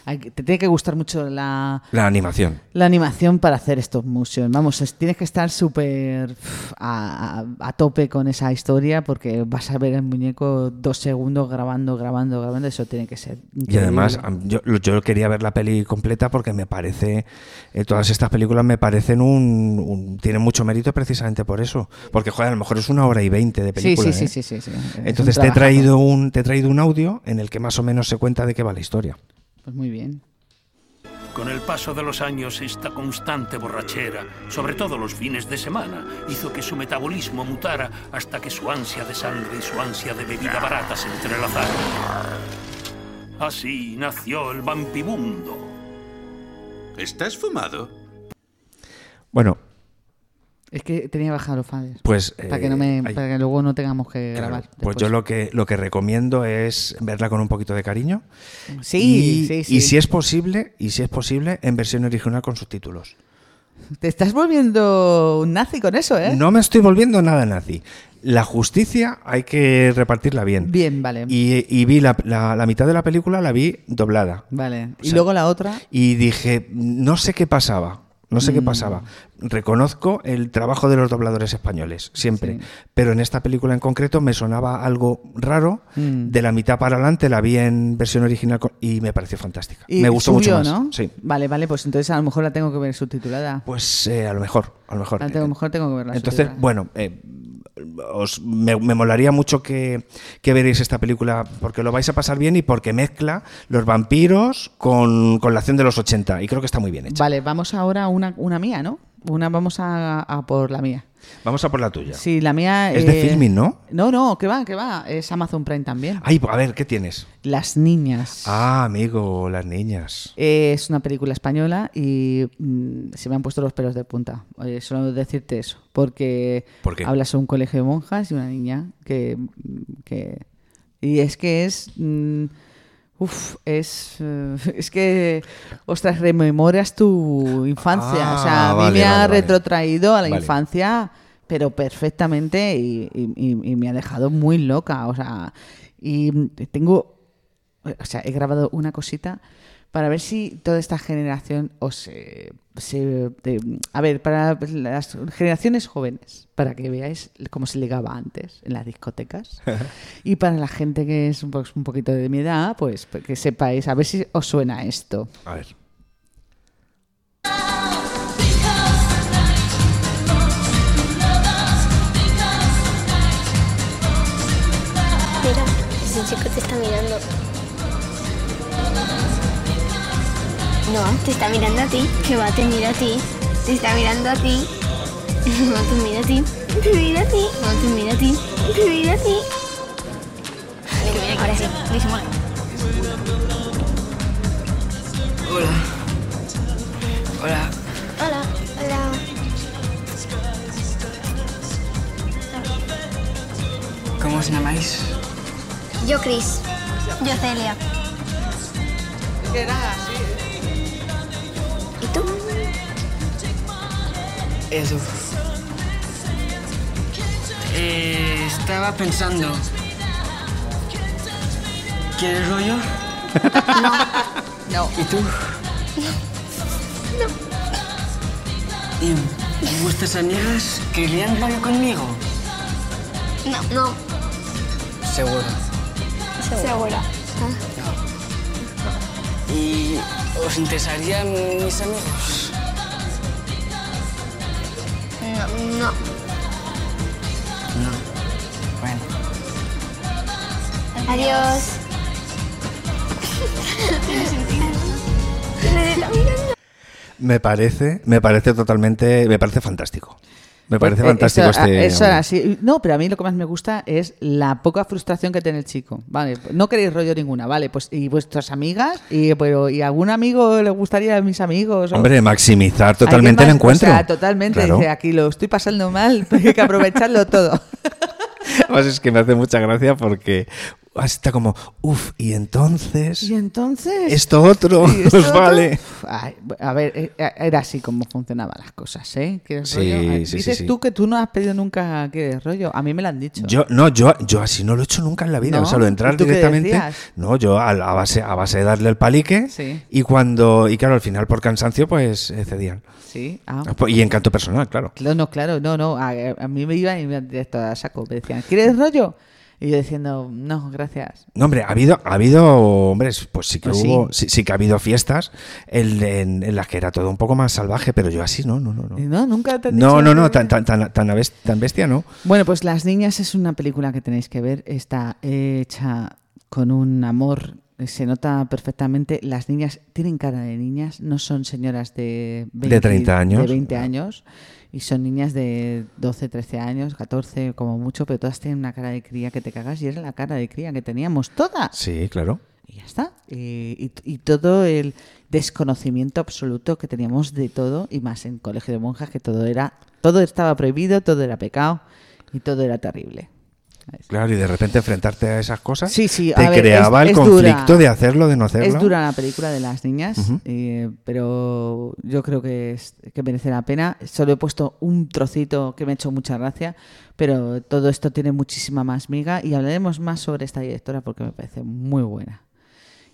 C: Hay que- te tiene que gustar mucho la,
A: La animación.
C: la animación para hacer stop motion. Vamos, es- tienes que estar súper pf, a, a- a tope con esa historia porque vas a ver el muñeco dos segundos grabando, grabando, grabando. Eso tiene que ser.
A: Y además,
C: increíble.
A: am- yo, lo- yo quería ver la peli completa porque me parece, eh, todas estas películas me parecen un, un- tienen mucho mérito precisamente por eso. Porque, joder, a lo mejor es una hora y veinte
C: Sí,
A: de película.
C: sí,
A: ¿eh?
C: sí, sí, sí, sí. Es un
A: Entonces te he,
C: trabajazo.
A: traído un, te he traído un audio en el que más o menos se cuenta de qué va la historia.
C: Pues muy bien.
F: Con el paso de los años, esta constante borrachera, sobre todo los fines de semana, hizo que su metabolismo mutara hasta que su ansia de sangre y su ansia de bebida barata se entrelazaron. Así nació el vampibundo.
G: ¿Estás fumado?
A: Bueno,
C: Es que tenía bajado los fans.
A: pues...
C: para
A: eh,
C: que no me,
A: ay,
C: para que luego no tengamos que
A: claro,
C: grabar.
A: pues
C: después.
A: yo lo que, lo que recomiendo es verla con un poquito de cariño.
C: Sí,
A: y,
C: sí, sí.
A: y si es posible, y si es posible, en versión original con subtítulos.
C: Te estás volviendo un nazi con eso, ¿eh?
A: No me estoy volviendo nada nazi. La justicia hay que repartirla bien.
C: Bien, vale.
A: Y, y vi la, la- la mitad de la película, la vi doblada.
C: Vale.
A: O
C: Y
A: sea,
C: luego la otra.
A: Y dije, no sé qué pasaba. No
C: Mm.
A: sé qué pasaba. Reconozco el trabajo de los dobladores españoles, siempre.
C: Sí.
A: Pero en esta película en concreto me sonaba algo raro.
C: Mm.
A: De la mitad para adelante la vi en versión original co- y me pareció fantástica.
C: Y
A: me gustó
C: subió,
A: mucho más.
C: ¿no?
A: Sí.
C: Vale, vale, pues entonces a lo mejor la tengo que ver subtitulada.
A: Pues eh, a lo mejor, a lo mejor.
C: a lo mejor tengo que verla
A: Entonces,
C: subtitulada.
A: bueno, eh, os- me, me molaría mucho que, que veréis esta película porque lo vais a pasar bien y porque mezcla los vampiros con, con la acción de los 80 y creo que está muy bien hecha.
C: Vale, vamos ahora a una, una mía, ¿no? Una vamos a, a por la mía.
A: Vamos a por la tuya.
C: Sí, la mía eh,
A: Es de Filmin, ¿no?
C: No, no, que va, que va. Es Amazon Prime también.
A: Ay, a ver, ¿qué tienes?
C: Las niñas.
A: Ah, amigo, las niñas.
C: Eh, Es una película española y mm, se me han puesto los pelos de punta. Eh, solo decirte eso. Porque
A: ¿Por qué?
C: hablas de un colegio de monjas y una niña que. mm, que- y es que es. mm, uf, es. eh, es que. Ostras, rememoras tu infancia.
A: Ah,
C: o sea, a mí
A: vale,
C: me ha
A: vale, vale.
C: retrotraído a la
A: Vale.
C: infancia, pero perfectamente y, y- y- y me ha dejado muy loca. O sea, y tengo o sea, he grabado una cosita para ver si toda esta generación os... eh, se- te- a ver, para las generaciones jóvenes, para que veáis cómo se ligaba antes en las discotecas. y para la gente que es un, po- un poquito de mi edad, pues que sepáis, a ver si os suena esto.
A: A ver.
H: Mira, ese chico te está mirando. No, te está mirando a ti. Que va, te mira a ti. Te está mirando a ti. No, te mira a ti. Te mira a ti. No, te mira a ti. Te mira a ti. Ahora sí, disimula. Hola. Hola. Hola.
I: ¿Cómo os llamáis?
H: Yo, Cris. Yo, Celia. ¿Y tú?
I: Edu. Eh, estaba pensando. ¿Quieres rollo? No. ¿Y tú? No. ¿Y vuestras amigas querían rollo conmigo?
H: No. No.
I: Seguro.
H: Segura.
I: ¿Y os interesarían mis amigos?
H: No. no.
I: No. Bueno.
H: Adiós.
A: Me parece, me parece totalmente, me parece fantástico. Me parece
C: Porque
A: fantástico
C: Eh, eso- ah,
A: este.
C: eso era así. No, pero a mí lo que más me gusta es la poca frustración que tiene el chico. Vale, no queréis rollo ninguna, vale, pues y vuestras amigas, y pero y a algún amigo le gustaría a mis amigos. o-
A: Hombre, maximizar
C: Hay que
A: totalmente el
C: más-
A: encuentro.
C: O sea, totalmente.
A: Claro.
C: Dice, aquí lo estoy pasando mal, pero hay que aprovecharlo todo.
A: Además, es que me hace mucha gracia porque hasta como, uff, y entonces...
C: Y entonces...
A: Esto otro
C: y esto
A: nos
C: otro-
A: vale.
C: Ay, a ver, eh, era así como funcionaban las cosas, ¿eh? ¿Qué
A: Sí,
C: rollo? Ay,
A: sí, sí,
C: Dices
A: sí.
C: tú que tú no has pedido nunca qué rollo. A mí me lo han dicho.
A: Yo, no, yo, yo así no lo he hecho nunca en la vida.
C: No.
A: O sea, lo de entrar
C: ¿Y tú qué
A: directamente.
C: decías?
A: No, yo a, la- a base, a base de darle el palique.
C: Sí.
A: Y cuando. Y claro, al final por cansancio, pues eh, cedían.
C: Sí. Ah.
A: Y encanto personal, claro.
C: No, no, claro, no, no. A, a mí me iban y me iban directo a saco. Me decían, ¿quieres rollo? Y yo diciendo, no, gracias.
A: No, hombre, ha habido, ha habido, hombres, pues sí que
C: Pues sí.
A: hubo, sí. sí que ha habido fiestas en, en- en las que era todo un poco más salvaje, pero yo así no, no, no, no.
C: Y No, nunca te han dicho
A: No, no, no,
C: nada?
A: tan, tan, tan, tan a bes- tan bestia, ¿no?
C: Bueno, pues Las Niñas es una película que tenéis que ver. Está hecha con un amor. eh, Se nota perfectamente. Las niñas tienen cara de niñas. No son señoras de 20,
A: De 30 años.
C: De 20 años. Y son niñas de 12, 13 años, 14 como mucho, pero todas tienen una cara de cría que te cagas y era la cara de cría que teníamos todas.
A: Sí, claro.
C: Y ya está. Eh, y, t- y todo el desconocimiento absoluto que teníamos de todo, y más en colegio de monjas, que todo era, todo estaba prohibido, todo era pecado y todo era terrible.
A: Claro, y de repente enfrentarte a esas cosas
C: Sí, sí,
A: te
C: a ver,
A: creaba
C: es-
A: el
C: es dura.
A: conflicto de hacerlo, de no hacerlo.
C: Es dura la película de las niñas,
A: Ujú.
C: eh, pero yo creo que, es- que merece la pena. Solo he puesto un trocito que me ha hecho mucha gracia, pero todo esto tiene muchísima más miga y hablaremos más sobre esta directora porque me parece muy buena.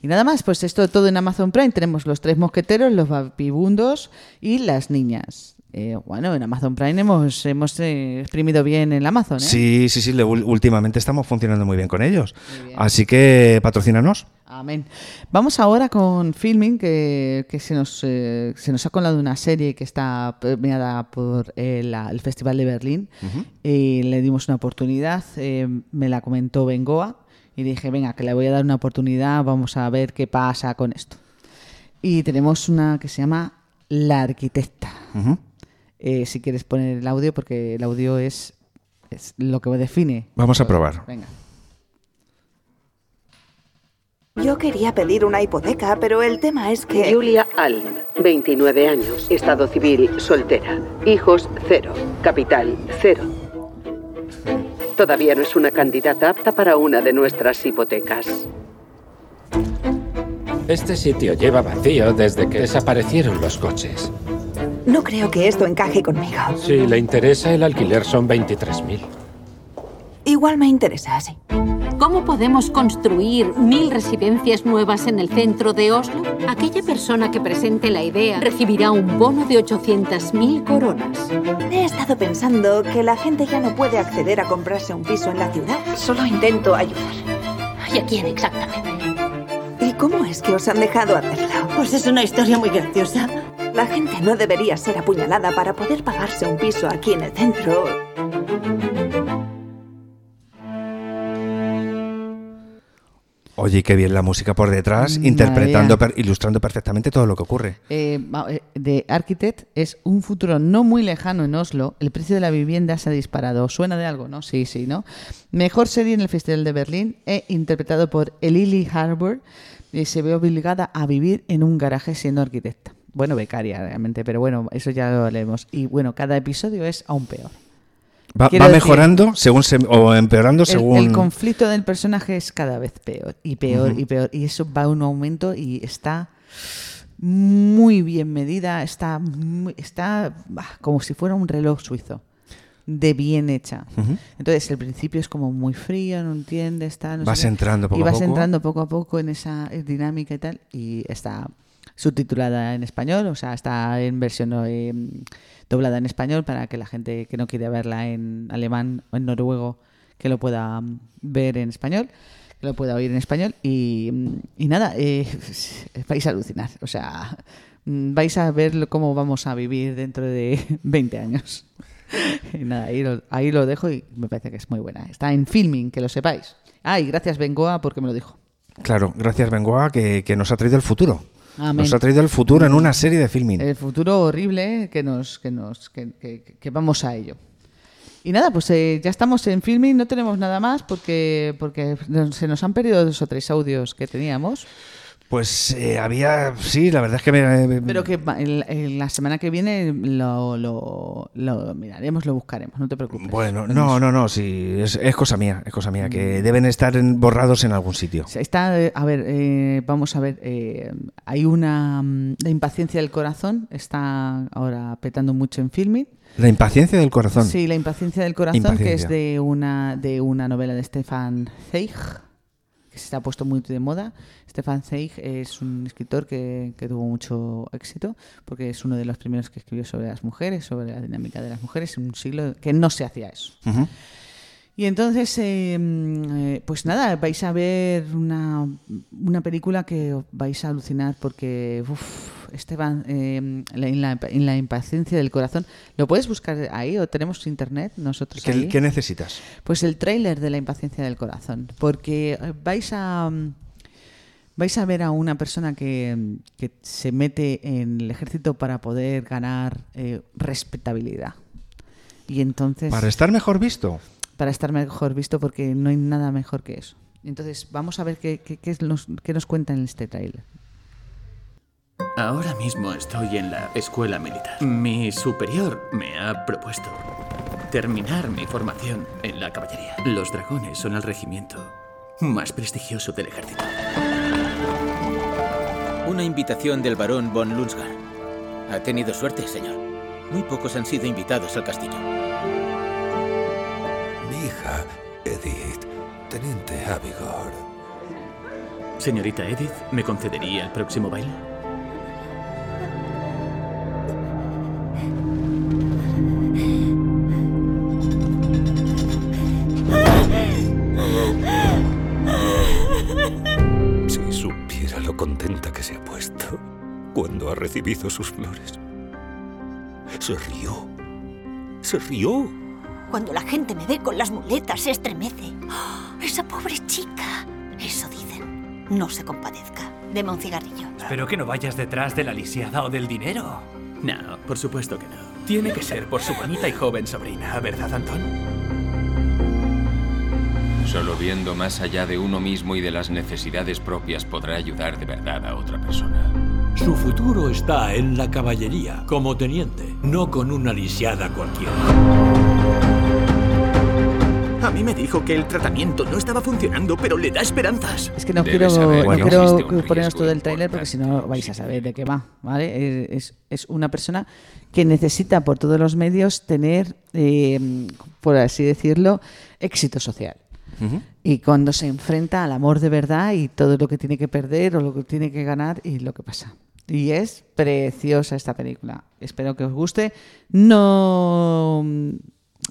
C: Y nada más, pues esto todo en Amazon Prime. Tenemos los tres mosqueteros, los vagabundos y las niñas. Eh, bueno, en Amazon Prime hemos, hemos eh, exprimido bien el Amazon, ¿eh?
A: Sí, sí, sí, le- ul- últimamente estamos funcionando muy bien con ellos. Así que patrocínanos.
C: Amén. Vamos ahora con filming, que, que se, nos, eh, se nos ha colado una serie que está premiada por eh, la- el Festival de Berlín. Y le dimos una oportunidad, eh, me la comentó Bengoa y dije, venga, que le voy a dar una oportunidad, vamos a ver qué pasa con esto. Y tenemos una que se llama La Arquitecta.
A: Ujú.
C: Eh, si quieres poner el audio, porque el audio es, es lo que define.
A: Vamos a probar.
C: Venga.
J: Yo quería pedir una hipoteca, pero el tema es que...
K: Julia Alm, 29 años, estado civil, soltera, hijos cero, capital cero. Todavía no es una candidata apta para una de nuestras hipotecas.
L: Este sitio lleva vacío desde que desaparecieron los coches.
J: No creo que esto encaje conmigo.
L: Si le interesa, el alquiler son 23.000.
J: Igual me interesa, sí.
M: ¿Cómo podemos construir mil residencias nuevas en el centro de Oslo? Aquella persona que presente la idea recibirá un bono de 800.000 coronas.
J: He estado pensando que la gente ya no puede acceder a comprarse un piso en la ciudad. Solo intento ayudar.
M: ¿Y a quién exactamente?
J: ¿Y cómo es que os han dejado hacerlo? Pues es una historia muy graciosa. La gente no debería ser apuñalada para poder pagarse un piso aquí en el centro.
A: Oye, qué bien la música por detrás,
C: Madre
A: interpretando,
C: mía.
A: per- ilustrando perfectamente todo lo que ocurre.
C: Eh, va- eh, de Architect es un futuro no muy lejano en Oslo. El precio de la vivienda se ha disparado. ¿Suena de algo, no? Sí, sí, ¿no? Mejor serie en el Festival de Berlín e interpretado por Elili Harbour. Y se ve obligada a vivir en un garaje siendo arquitecta. Bueno, becaria realmente, pero bueno, eso ya lo leemos. Y bueno, cada episodio es aún peor.
A: Va,
C: Quiero
A: va
C: decir-
A: mejorando según se- o empeorando
C: El-
A: según.
C: El, conflicto del personaje es cada vez peor y peor
A: Ujú.
C: y peor. Y eso va a un aumento y está muy bien medida, está, muy- está bah, como si fuera un reloj suizo, de bien hecha.
A: Ujú.
C: Entonces, el principio es como muy frío, no entiendes, está, no sé
A: Vas
C: qué.
A: entrando poco
C: Y
A: a
C: vas
A: poco.
C: entrando poco a poco en esa eh, dinámica y tal. Y está subtitulada en español, o sea, está en versión eh, doblada en español para que la gente que no quiere verla en alemán o en noruego, que lo pueda mm, ver en español, que lo pueda oír en español. Y, mm, y nada, eh, vais a alucinar, o sea, mm, vais a ver lo- cómo vamos a vivir dentro de 20 años. Y nada, ahí lo, ahí lo dejo y me parece que es muy buena. Está en filming, que lo sepáis. Ah, y gracias Bengoa porque me lo dijo.
A: Claro, gracias Bengoa que, que nos ha traído el futuro.
C: Amén. Mm. Eh.
A: Nos ha traído el futuro en una serie de filming.
C: El futuro horrible ¿eh? que nos, que nos, que, que- que vamos a ello. Y nada, pues eh, ya estamos en filming, no tenemos nada más porque, porque nos- se nos han perdido dos o tres audios que teníamos.
A: Pues eh, había, sí, la verdad es que me... eh, me-
C: Pero que va- en la- en la semana que viene lo, lo- lo miraremos, lo buscaremos, no te preocupes.
A: Bueno, no, no, no, sí, es, es cosa mía, es cosa mía, que
C: Mm.
A: deben estar en- borrados en algún sitio.
C: Está, eh, a ver, eh, vamos a ver, eh, hay una... mm, La impaciencia del corazón está ahora petando mucho en filming.
A: La impaciencia del corazón.
C: Sí, La impaciencia del corazón, que es
A: Impaciencia.
C: de una, de una novela de Stefan Zweig, que se ha puesto muy de moda. Stefan Zweig es un escritor que, que tuvo mucho éxito, porque es uno de los primeros que escribió sobre las mujeres, sobre la dinámica de las mujeres, en un siglo que no se hacía eso.
A: Ujú.
C: Y entonces, eh, mm, eh, pues nada, vais a ver una, una película que vais a alucinar porque, uff, Esteban, eh, la- en, la, en la impaciencia del corazón, ¿lo puedes buscar ahí o tenemos internet nosotros?
A: ¿Qué,
C: ahí?
A: qué necesitas?
C: Pues el tráiler de la impaciencia del corazón, porque eh, vais a mm, vais a ver a una persona que, mm, que se mete en el ejército para poder ganar eh, respetabilidad. Y entonces
A: Para estar mejor visto.
C: para estar mejor visto porque no hay nada mejor que eso. Entonces, vamos a ver qué, qué, qué es los- qué nos cuentan en este tráiler.
N: Ahora mismo estoy en la escuela militar. Mi superior me ha propuesto terminar mi formación en la caballería. Los dragones son el regimiento más prestigioso del ejército.
O: Una invitación del barón von Lunsgar. Ha tenido suerte, señor. Muy pocos han sido invitados al castillo.
P: Mi hija, Edith, teniente Abigor.
N: Señorita Edith, ¿me concedería el próximo baile?
P: Si supiera lo contenta que se ha puesto cuando ha recibido sus flores. Se rió. Se rió.
Q: Cuando la gente me ve con las muletas se estremece. ¡Ah! esa pobre chica. Eso dicen. No se compadezca. Deme un cigarrillo.
R: Espero que no vayas detrás de la lisiada o del dinero.
N: No, por supuesto que no.
R: Tiene que ser por su bonita y joven sobrina, ¿verdad, Antón?
S: Solo viendo más allá de uno mismo y de las necesidades propias podrá ayudar de verdad a otra persona.
T: Su futuro está en la caballería, como teniente, no con una lisiada cualquiera.
N: A mí me dijo que el tratamiento no estaba funcionando, pero le da esperanzas.
C: Es que no
N: Debe
C: quiero,
N: saber
C: no
N: que no
C: quiero
N: existe un
C: poneros
N: riesgo
C: todo el tráiler porque si no vais a saber de qué va, ¿vale? Es, es- es una persona que necesita por todos los medios tener, eh, por así decirlo, éxito social. Y cuando se enfrenta al amor de verdad y todo lo que tiene que perder o lo que tiene que ganar y lo que pasa. Y es preciosa esta película. Espero que os guste. No. mm,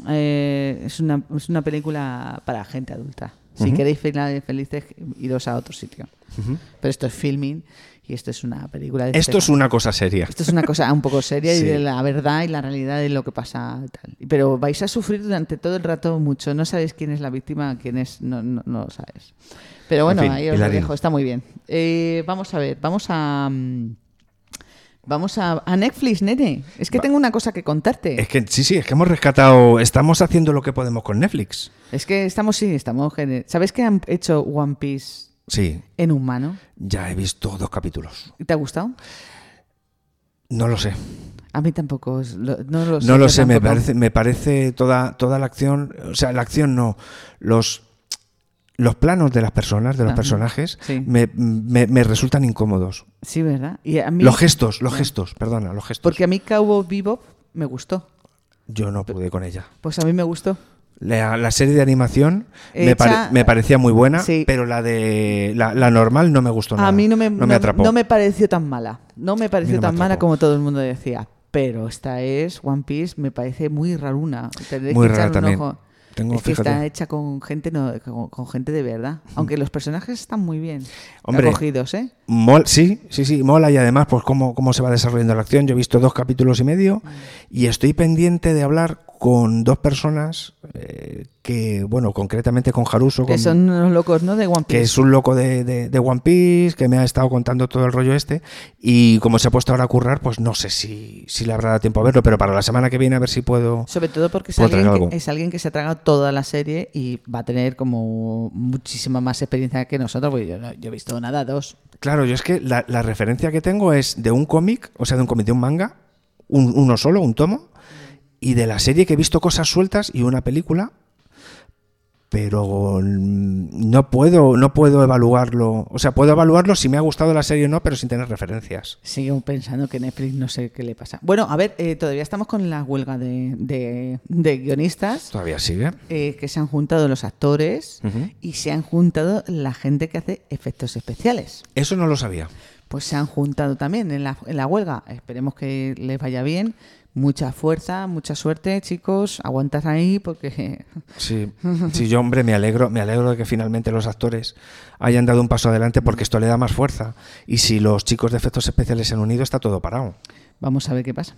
C: eh, es, una, es una película para gente adulta. Si
A: Ujú.
C: queréis finales felices, iros a otro sitio.
A: Ujú.
C: Pero esto es filming y esto es una película. de
A: Esto es
C: Stefan.
A: una cosa seria.
C: Esto es una cosa un poco seria
A: Sí.
C: y de la verdad y la realidad de lo que pasa. Tal. Pero vais a sufrir durante todo el rato mucho. No sabéis quién es la víctima, quién es. No, no, no lo sabes. Pero bueno,
U: En fin,
C: ahí os lo
U: Pilarín.
C: dejo. Está muy bien. Eh, vamos a ver, vamos a. mm, Vamos a, a Netflix, nene. Es que tengo una cosa que contarte.
A: Es que sí, sí, es que hemos rescatado, estamos haciendo lo que podemos con Netflix.
C: Es que estamos, sí, estamos. gene- ¿Sabes que han hecho One Piece
A: Sí,
C: en humano?
A: ya he visto dos capítulos.
C: ¿Te ha gustado?
A: No lo sé.
C: A mí tampoco. es- lo- No lo sé.
A: No lo
C: yo
A: sé, me
C: tampoco.
A: parece, me parece toda, toda la acción, o sea, la acción no, los, los planos de las personas, de los
C: Ajá,
A: personajes,
C: sí.
A: me, me- me resultan incómodos.
C: Sí, ¿verdad? Y a mí-
A: Los gestos, los
C: Ya.
A: gestos, perdona, los gestos.
C: Porque a mí Cowboy Bebop me gustó.
A: Yo no pude con ella.
C: Pues a mí me gustó.
A: La, la serie de animación me,
C: Hecha-
A: pare- me parecía muy buena, pero la de la, la normal no me gustó Pues nada.
C: a mí no me, no-
A: atrapó.
C: no me pareció tan mala. No me pareció
A: no me
C: tan mala
A: atrapó.
C: como todo el mundo decía. Pero esta es One Piece, me parece muy raruna. Tendréis
A: Muy
C: que echarle
A: rara
C: un
A: también.
C: ojo.
A: Tengo-
C: es que está
A: fíjate.
C: hecha con gente no, con, con gente de verdad. Aunque los personajes están muy bien
A: Hombre,
C: acogidos, ¿eh?
A: mol- sí, sí, sí, mola y además pues cómo, cómo se va desarrollando la acción. Yo he visto dos capítulos y medio y estoy pendiente de hablar con dos personas eh, que, bueno, concretamente con Haruso,
C: Que
A: con-
C: son unos locos, ¿no? De One Piece.
A: que es un loco de, de- de One Piece, que me ha estado contando todo el rollo este, y como se ha puesto ahora a currar, pues no sé si, si le habrá dado tiempo a verlo, pero para la semana que viene a ver si puedo...
C: Sobre todo porque es
A: puedo traer
C: alguien,
A: algo.
C: que, es alguien que se ha tragado toda la serie y va a tener como muchísima más experiencia que nosotros, porque yo, no- yo he visto nada, dos.
A: Claro, yo es que la, la referencia que tengo es de un cómic, o sea, de un cómic, de un manga, un- uno solo, un tomo, y de la serie que he visto cosas sueltas y una película, pero mm, no puedo, no puedo evaluarlo. O sea, puedo evaluarlo si me ha gustado la serie o no, pero sin tener referencias.
C: Sigo pensando que Netflix no sé qué le pasa. Bueno, a ver, eh, todavía estamos con la huelga de, de- de guionistas,
A: Todavía sigue.
C: eh, que se han juntado los actores
A: Ujú.
C: y se han juntado la gente que hace efectos especiales.
A: Eso no lo sabía.
C: Pues se han juntado también en la, en la huelga. Esperemos que les vaya bien. Mucha fuerza, mucha suerte, chicos. Aguantar ahí porque
A: Sí, sí, yo hombre me alegro, me alegro de que finalmente los actores hayan dado un paso adelante porque esto le da más fuerza. Y si los chicos de efectos especiales se han unido, está todo parado.
C: vamos a ver qué pasa.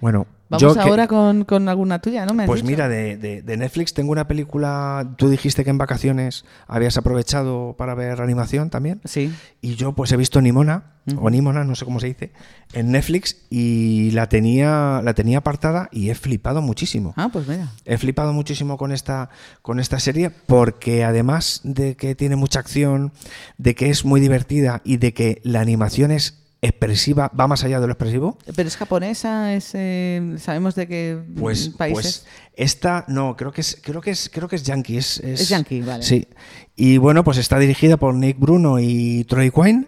A: Bueno,
C: Vamos
A: yo que-
C: ahora con, con alguna tuya, ¿no? ¿Me has
A: Pues
C: dicho?
A: mira, de, de- de Netflix tengo una película. Tú dijiste que en vacaciones habías aprovechado para ver animación también.
C: Sí.
A: Y yo, pues he visto Nimona, o Nimona, no sé cómo se dice, en Netflix y la tenía, la tenía apartada y he flipado muchísimo.
C: Ah, pues mira.
A: He flipado muchísimo con esta, con esta serie porque además de que tiene mucha acción, de que es muy divertida y de que la animación es expresiva, va más allá de lo expresivo,
C: Pero es japonesa, es, eh, sabemos de qué
A: pues,
C: países.
A: pues esta no, creo que es, creo que es, creo que es Yankee. Es,
C: Es yankee, vale.
A: Sí. Y bueno, pues está dirigida por Nick Bruno y Troy Quine.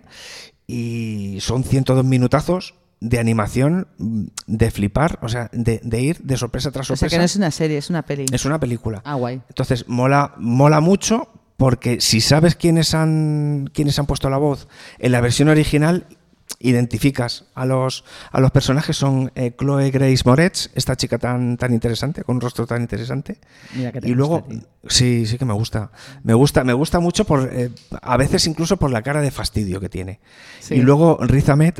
A: Y son 102 minutazos de animación mm, de flipar, o sea, de, de ir de sorpresa tras
C: o sea
A: sorpresa.
C: que no es una serie, es una peli.
A: Es una película.
C: Ah, guay.
A: Entonces, mola, mola mucho porque si sabes quiénes han, quiénes han puesto la voz en la versión original, identificas a los, a los personajes. Son eh, Chloe Grace Moretz, esta chica tan, tan interesante, con un rostro tan interesante.
C: Mira que te
A: Y luego,
C: gusta a ti.
A: sí, sí que me gusta. Me gusta, me gusta mucho, por, eh, a veces incluso por la cara de fastidio que tiene.
C: Sí.
A: Y luego Riz Ahmed,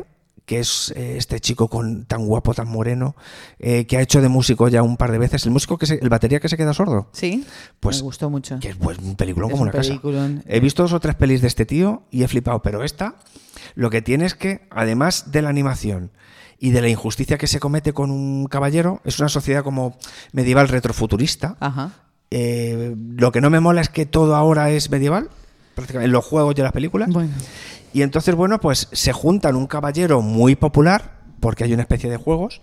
A: que es eh, este chico con, tan guapo, tan moreno, eh, que ha hecho de músico ya un par de veces. El músico que se- el batería que se queda sordo.
C: Sí,
A: Pues-
C: me gustó mucho.
A: Que es pues, un peliculón
C: Es
A: como
C: un
A: una casa.
C: peliculón.
A: He visto dos o tres pelis de este tío y he flipado, pero esta lo que tiene es que, además de la animación y de la injusticia que se comete con un caballero, es una sociedad como medieval retrofuturista. Eh, lo que no me mola es que todo ahora es medieval, prácticamente en los juegos y en las películas. Y entonces, bueno, pues se juntan un caballero muy popular, porque hay una especie de juegos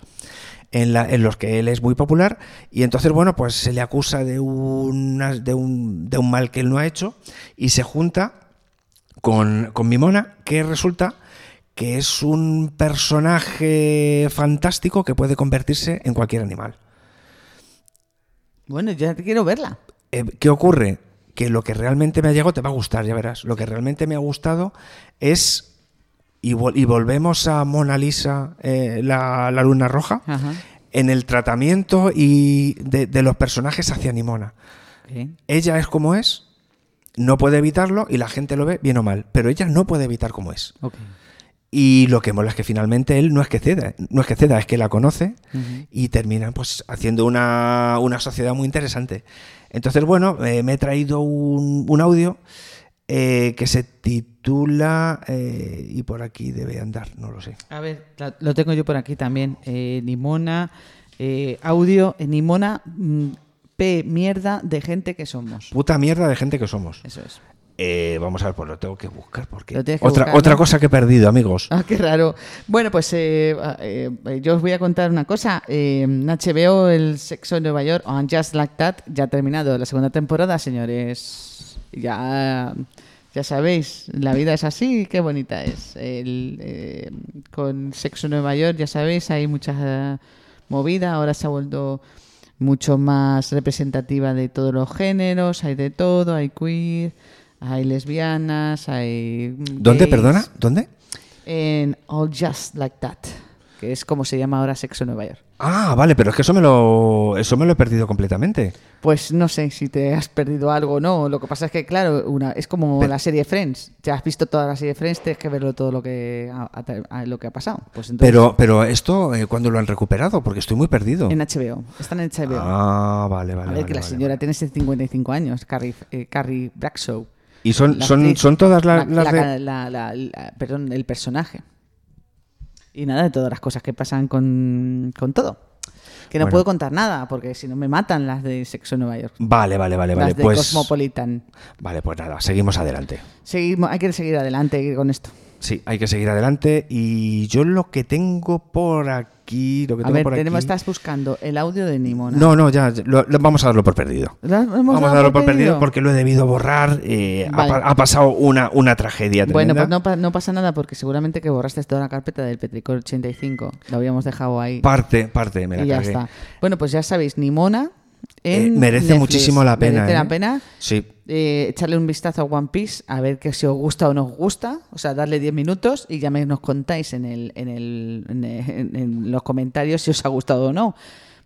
A: en, la- en los que él es muy popular, y entonces, bueno, pues se le acusa de, una- de, un, de un mal que él no ha hecho, y se junta con, con Mimona, que resulta que es un personaje fantástico que puede convertirse en cualquier animal.
C: Bueno, ya quiero verla.
A: Eh, ¿Qué ocurre? Que lo que realmente me ha llegado te va a gustar, ya verás. Lo que realmente me ha gustado es. Y, vol- y volvemos a Mona Lisa, eh, la, la luna roja,
C: Ajá.
A: en el tratamiento y de, de los personajes hacia Nimona.
C: Ok.
A: Ella es como es, no puede evitarlo y la gente lo ve bien o mal, pero ella no puede evitar como es.
C: Ok.
A: Y lo que mola es que finalmente él no es que ceda, no es que ceda, es que la conoce
C: Ujú.
A: y terminan pues haciendo una, una sociedad muy interesante. Entonces, bueno, eh, me he traído un, un audio eh, que se titula eh, y por aquí debe andar, no lo sé.
C: A ver, la- lo tengo yo por aquí también. Eh, Nimona, eh, audio, eh, Nimona, mm, P, mierda de gente que somos.
A: Puta mierda de gente que somos.
C: Eso es.
A: vamos a ver, pues lo tengo que buscar porque
C: Lo tienes que
A: otra,
C: buscar, ¿no?
A: otra cosa que he perdido, amigos.
C: Ah, qué raro. Bueno, pues eh, eh, yo os voy a contar una cosa. Eh, en HBO, El sexo en Nueva York, o Just Like That, ya ha terminado la segunda temporada, señores. Ya, ya sabéis, la vida es así, qué bonita es. El, eh, con Sexo en Nueva York, ya sabéis, hay mucha eh, movida. Ahora se ha vuelto mucho más representativa de todos los géneros, hay de todo, hay queer, hay lesbianas, hay...
A: ¿Dónde,
C: gays
A: perdona? ¿Dónde?
C: en All Just Like That. que es como se llama ahora Sexo Nueva York.
A: Ah, vale, pero es que eso me lo, eso me lo he perdido completamente.
C: Pues no sé si te has perdido algo o no. Lo que pasa es que, claro, una, es como la serie Friends. Te has visto toda la serie Friends, tienes que verlo todo lo que ha, a- a- lo que ha pasado. Pues entonces,
A: Pero, pero esto, eh, ¿cuándo lo han recuperado? Porque estoy muy perdido.
C: En HBO. Están en HBO.
A: Ah, vale,
C: a
A: vale.
C: ver,
A: vale,
C: que la
A: vale.
C: señora tiene 55 años, Carrie, eh, Carrie Bradshaw.
A: Y son,
C: La
A: son,
C: actriz.
A: son todas la-
C: La-
A: las...
C: la-
A: de-
C: la- la- la- perdón, el personaje. Y nada, de todas las cosas que pasan con, con todo. Que no
A: Bueno.
C: puedo contar nada, porque si no me matan las de Sexo en Nueva York.
A: Vale, vale, vale,
C: las
A: vale.
C: de
A: Pues,
C: Cosmopolitan.
A: vale, pues nada, seguimos adelante.
C: Seguimos, hay que seguir adelante con esto.
A: Sí, hay que seguir adelante. Y yo lo que tengo por aquí... Lo que
C: A
A: tengo
C: ver,
A: por aquí-
C: tenemos, estás buscando el audio de Nimona.
A: No, no, ya, ya, lo- lo- vamos a darlo por perdido.
C: ¿Lo hemos
A: Vamos
C: dado
A: a darlo por perdido,
C: perdido?
A: porque lo he debido borrar. eh, ha
C: Vale.
A: pa- ha, pasado una, una tragedia tremenda.
C: Bueno, pues no, pa- no pasa nada porque seguramente que borraste toda la carpeta del Petricor 85. Lo habíamos dejado ahí.
A: Parte, parte, me la
C: y ya
A: cagué.
C: está. Bueno, pues ya sabéis, Nimona en
A: Eh, merece
C: Netflix.
A: muchísimo la pena,
C: Merece
A: ¿eh?
C: la pena.
A: Sí.
C: Eh, echarle un vistazo a One Piece, a ver que si os gusta o no os gusta. O sea, darle 10 minutos y ya me, nos contáis en, el, en, el, en, en- en los comentarios si os ha gustado o no.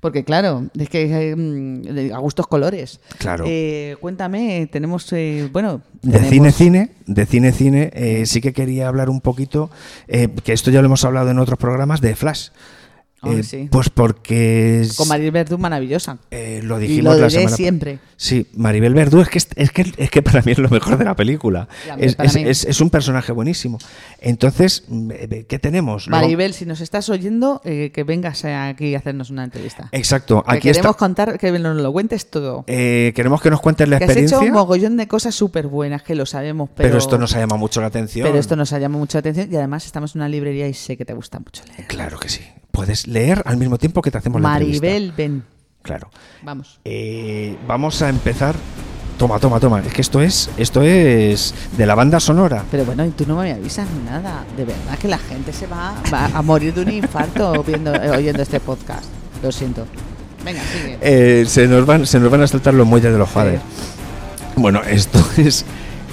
C: Porque claro, es que eh, mm, de- a gustos colores.
A: Claro.
C: Eh, cuéntame, tenemos, eh, bueno...
A: De
C: tenemos-
A: cine, cine, de cine, cine, eh, sí que quería hablar un poquito, eh, que esto ya lo hemos hablado en otros programas, de Flash.
C: Ay,
A: Eh,
C: sí.
A: Pues porque es- eh,
C: Con Maribel Verdú, maravillosa.
A: lo
C: y
A: dijimos
C: lo
A: la
C: diré
A: semana
C: siempre.
A: Sí, Maribel Verdú es que, es, es que, es que para mí es lo mejor de la película.
C: Ya,
A: Es,
C: para
A: es-
C: mí.
A: es- es un personaje buenísimo. Entonces, mm, eh, ¿qué tenemos? Lo-
C: Maribel, si nos estás oyendo, eh, que vengas aquí a hacernos una entrevista.
A: Exacto,
C: Que
A: aquí
C: queremos
A: está.
C: contar, que nos lo cuentes todo.
A: eh, queremos que nos cuentes la
C: que has hecho
A: experiencia,
C: un mogollón de cosas súper buenas, que lo sabemos, pero,
A: pero esto nos ha llamado mucho la atención.
C: pero esto nos ha llamado mucho la atención y además estamos en una librería y sé que te gusta mucho leer.
A: Claro que sí. Puedes leer al mismo tiempo que te hacemos la entrevista.
C: Maribel, ven,
A: Claro.
C: vamos.
A: Eh, vamos a empezar. Toma, toma, toma. Es que esto es, esto es de la banda sonora.
C: Pero bueno, y tú no me avisas ni nada. De verdad que la gente se va, va a morir de un infarto viendo, eh, oyendo este podcast. Lo siento. Venga, sigue.
A: Eh, se, nos van, se nos van a saltar los muelles de los Fader. Bueno, esto es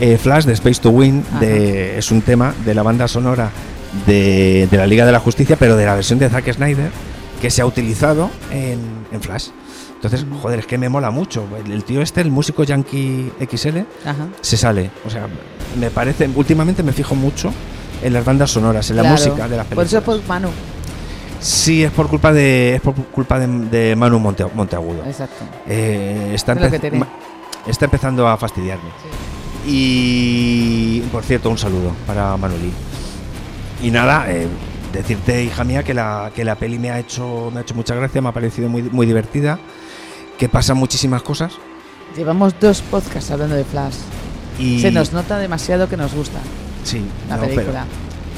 A: eh, Flash de Space to Win. De, es un tema de la banda sonora de, de la Liga de la Justicia, pero de la versión de Zack Snyder, que se ha utilizado en, en Flash. Entonces, joder, es que me mola mucho. El, el tío este, el músico Yankee XL,
C: Ajá.
A: se sale. O sea, me parece. Últimamente me fijo mucho en las bandas sonoras, en la
C: Claro.
A: música de las
C: Por
A: películas.
C: eso es por Manu.
A: Sí, es por culpa de es por culpa de, de Manu Monte- Monteagudo.
C: Exacto.
A: Eh, está,
C: Es lo que
A: empez-
C: tiene.
A: ma- está empezando a fastidiarme. Y por cierto, un saludo para Manolí. Y nada, eh, decirte, hija mía, que la, que la peli me ha hecho me ha hecho mucha gracia, me ha parecido muy, muy divertida, que pasan muchísimas cosas.
C: Llevamos dos podcasts hablando de Flash.
A: Y
C: Se nos nota demasiado que nos gusta
A: sí,
C: la
A: no, pero-
C: película.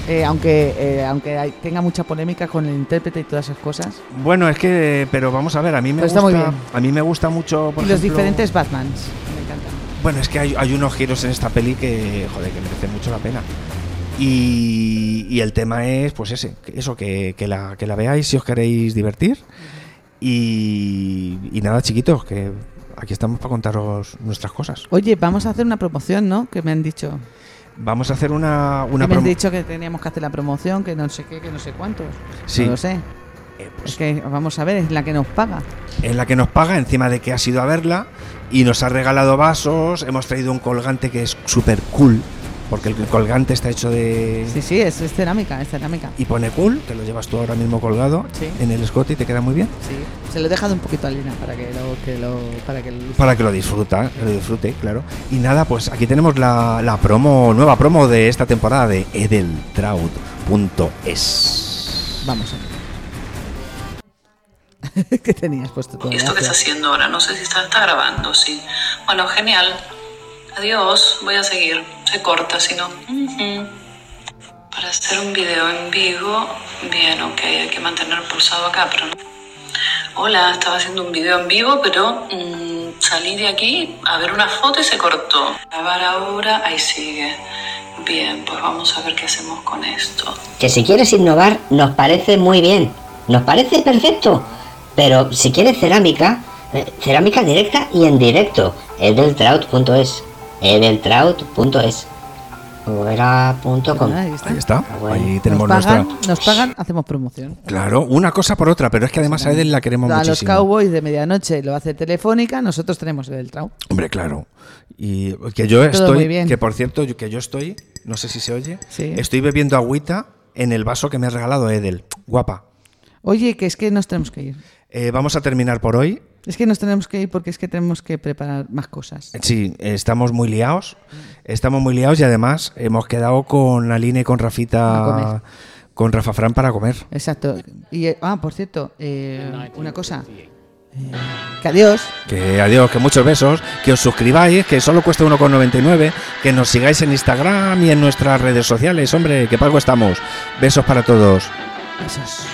C: Eh, aunque eh, aunque hay- tenga mucha polémica con el intérprete y todas esas cosas.
A: bueno, es que pero vamos a ver, a mí me
C: Pero está
A: gusta
C: muy bien.
A: a mí me gusta mucho por
C: y los
A: ejemplo-
C: diferentes Batmans. Me encanta.
A: Bueno, es que hay, hay unos giros en esta peli que, joder, que merece mucho la pena. Y, y el tema es, pues ese, que- eso, que, que la, que la veáis si os queréis divertir. Y, y nada, chiquitos, que aquí estamos para contaros nuestras cosas.
C: Oye, vamos a hacer una promoción, ¿no? Que me han dicho.
A: Vamos a hacer una, una
C: Que me han
A: promo-
C: dicho que teníamos que hacer la promoción, que no sé qué, que no sé cuántos.
A: Sí. Eh, pues
C: No lo sé. Es que vamos a ver, es la que nos paga.
A: en la que nos paga, encima de que has ido a verla, y nos ha regalado vasos, hemos traído un colgante que es súper cool, porque el colgante está hecho de...
C: Sí, sí, es, es cerámica, es cerámica.
A: Y pone cool, que lo llevas tú ahora mismo colgado
C: Sí.
A: en el escote y te queda muy bien.
C: Sí. Se lo he dejado un poquito a Lina para que lo, que lo, para que lo
A: Para que lo disfruta, que lo disfrute, claro. Y nada, pues aquí tenemos la, la promo, nueva promo de esta temporada de e. edeltraut.es.
C: Vamos. que tenías puesto todo.
U: esto que está haciendo ahora. No sé si está, está grabando, sí. Bueno, genial. Adiós, voy a seguir. Se corta, si no. Ujú. Para hacer un video en vivo, bien, ok, hay que mantener pulsado acá, pero no. Hola, estaba haciendo un video en vivo, pero mm, salí de aquí a ver una foto y se cortó. Grabar ahora, ahí sigue. Bien, pues vamos a ver qué hacemos con esto.
V: que si quieres innovar nos parece muy bien, nos parece perfecto, pero si quieres cerámica, eh, cerámica directa y en directo, edeltraut.es, edeltraut.es. Agüera.com.
C: Ahí
A: Ahí está. Ahí
C: Nos
A: tenemos nuestra.
C: pagan, nos pagan, hacemos promoción.
A: Claro, una cosa por otra, pero es que además a Eden la queremos
C: A los
A: muchísimo.
C: Cowboys de medianoche lo hace Telefónica, nosotros tenemos el del trao.
A: Hombre, claro. Y que yo
C: Todo muy
A: estoy,
C: bien.
A: que por cierto, yo- que yo estoy, no sé si se oye,
C: Sí.
A: estoy bebiendo agüita en el vaso que me ha regalado Edel. Guapa.
C: Oye, que es que nos tenemos que ir.
A: Eh, vamos a terminar por hoy.
C: Es que nos tenemos que ir porque es que tenemos que preparar más cosas.
A: Sí, estamos muy liados. Estamos muy liados y además hemos quedado con Aline y con
C: A comer.
A: Rafita, con Rafa Fran para comer.
C: Exacto. Y, eh, ah, por cierto, eh, una cosa. Eh, que adiós.
A: Que adiós, que muchos besos, que os suscribáis, que solo cuesta 1,99, que nos sigáis en Instagram y en nuestras redes sociales. Hombre, que pago estamos. Besos para todos.
C: Besos.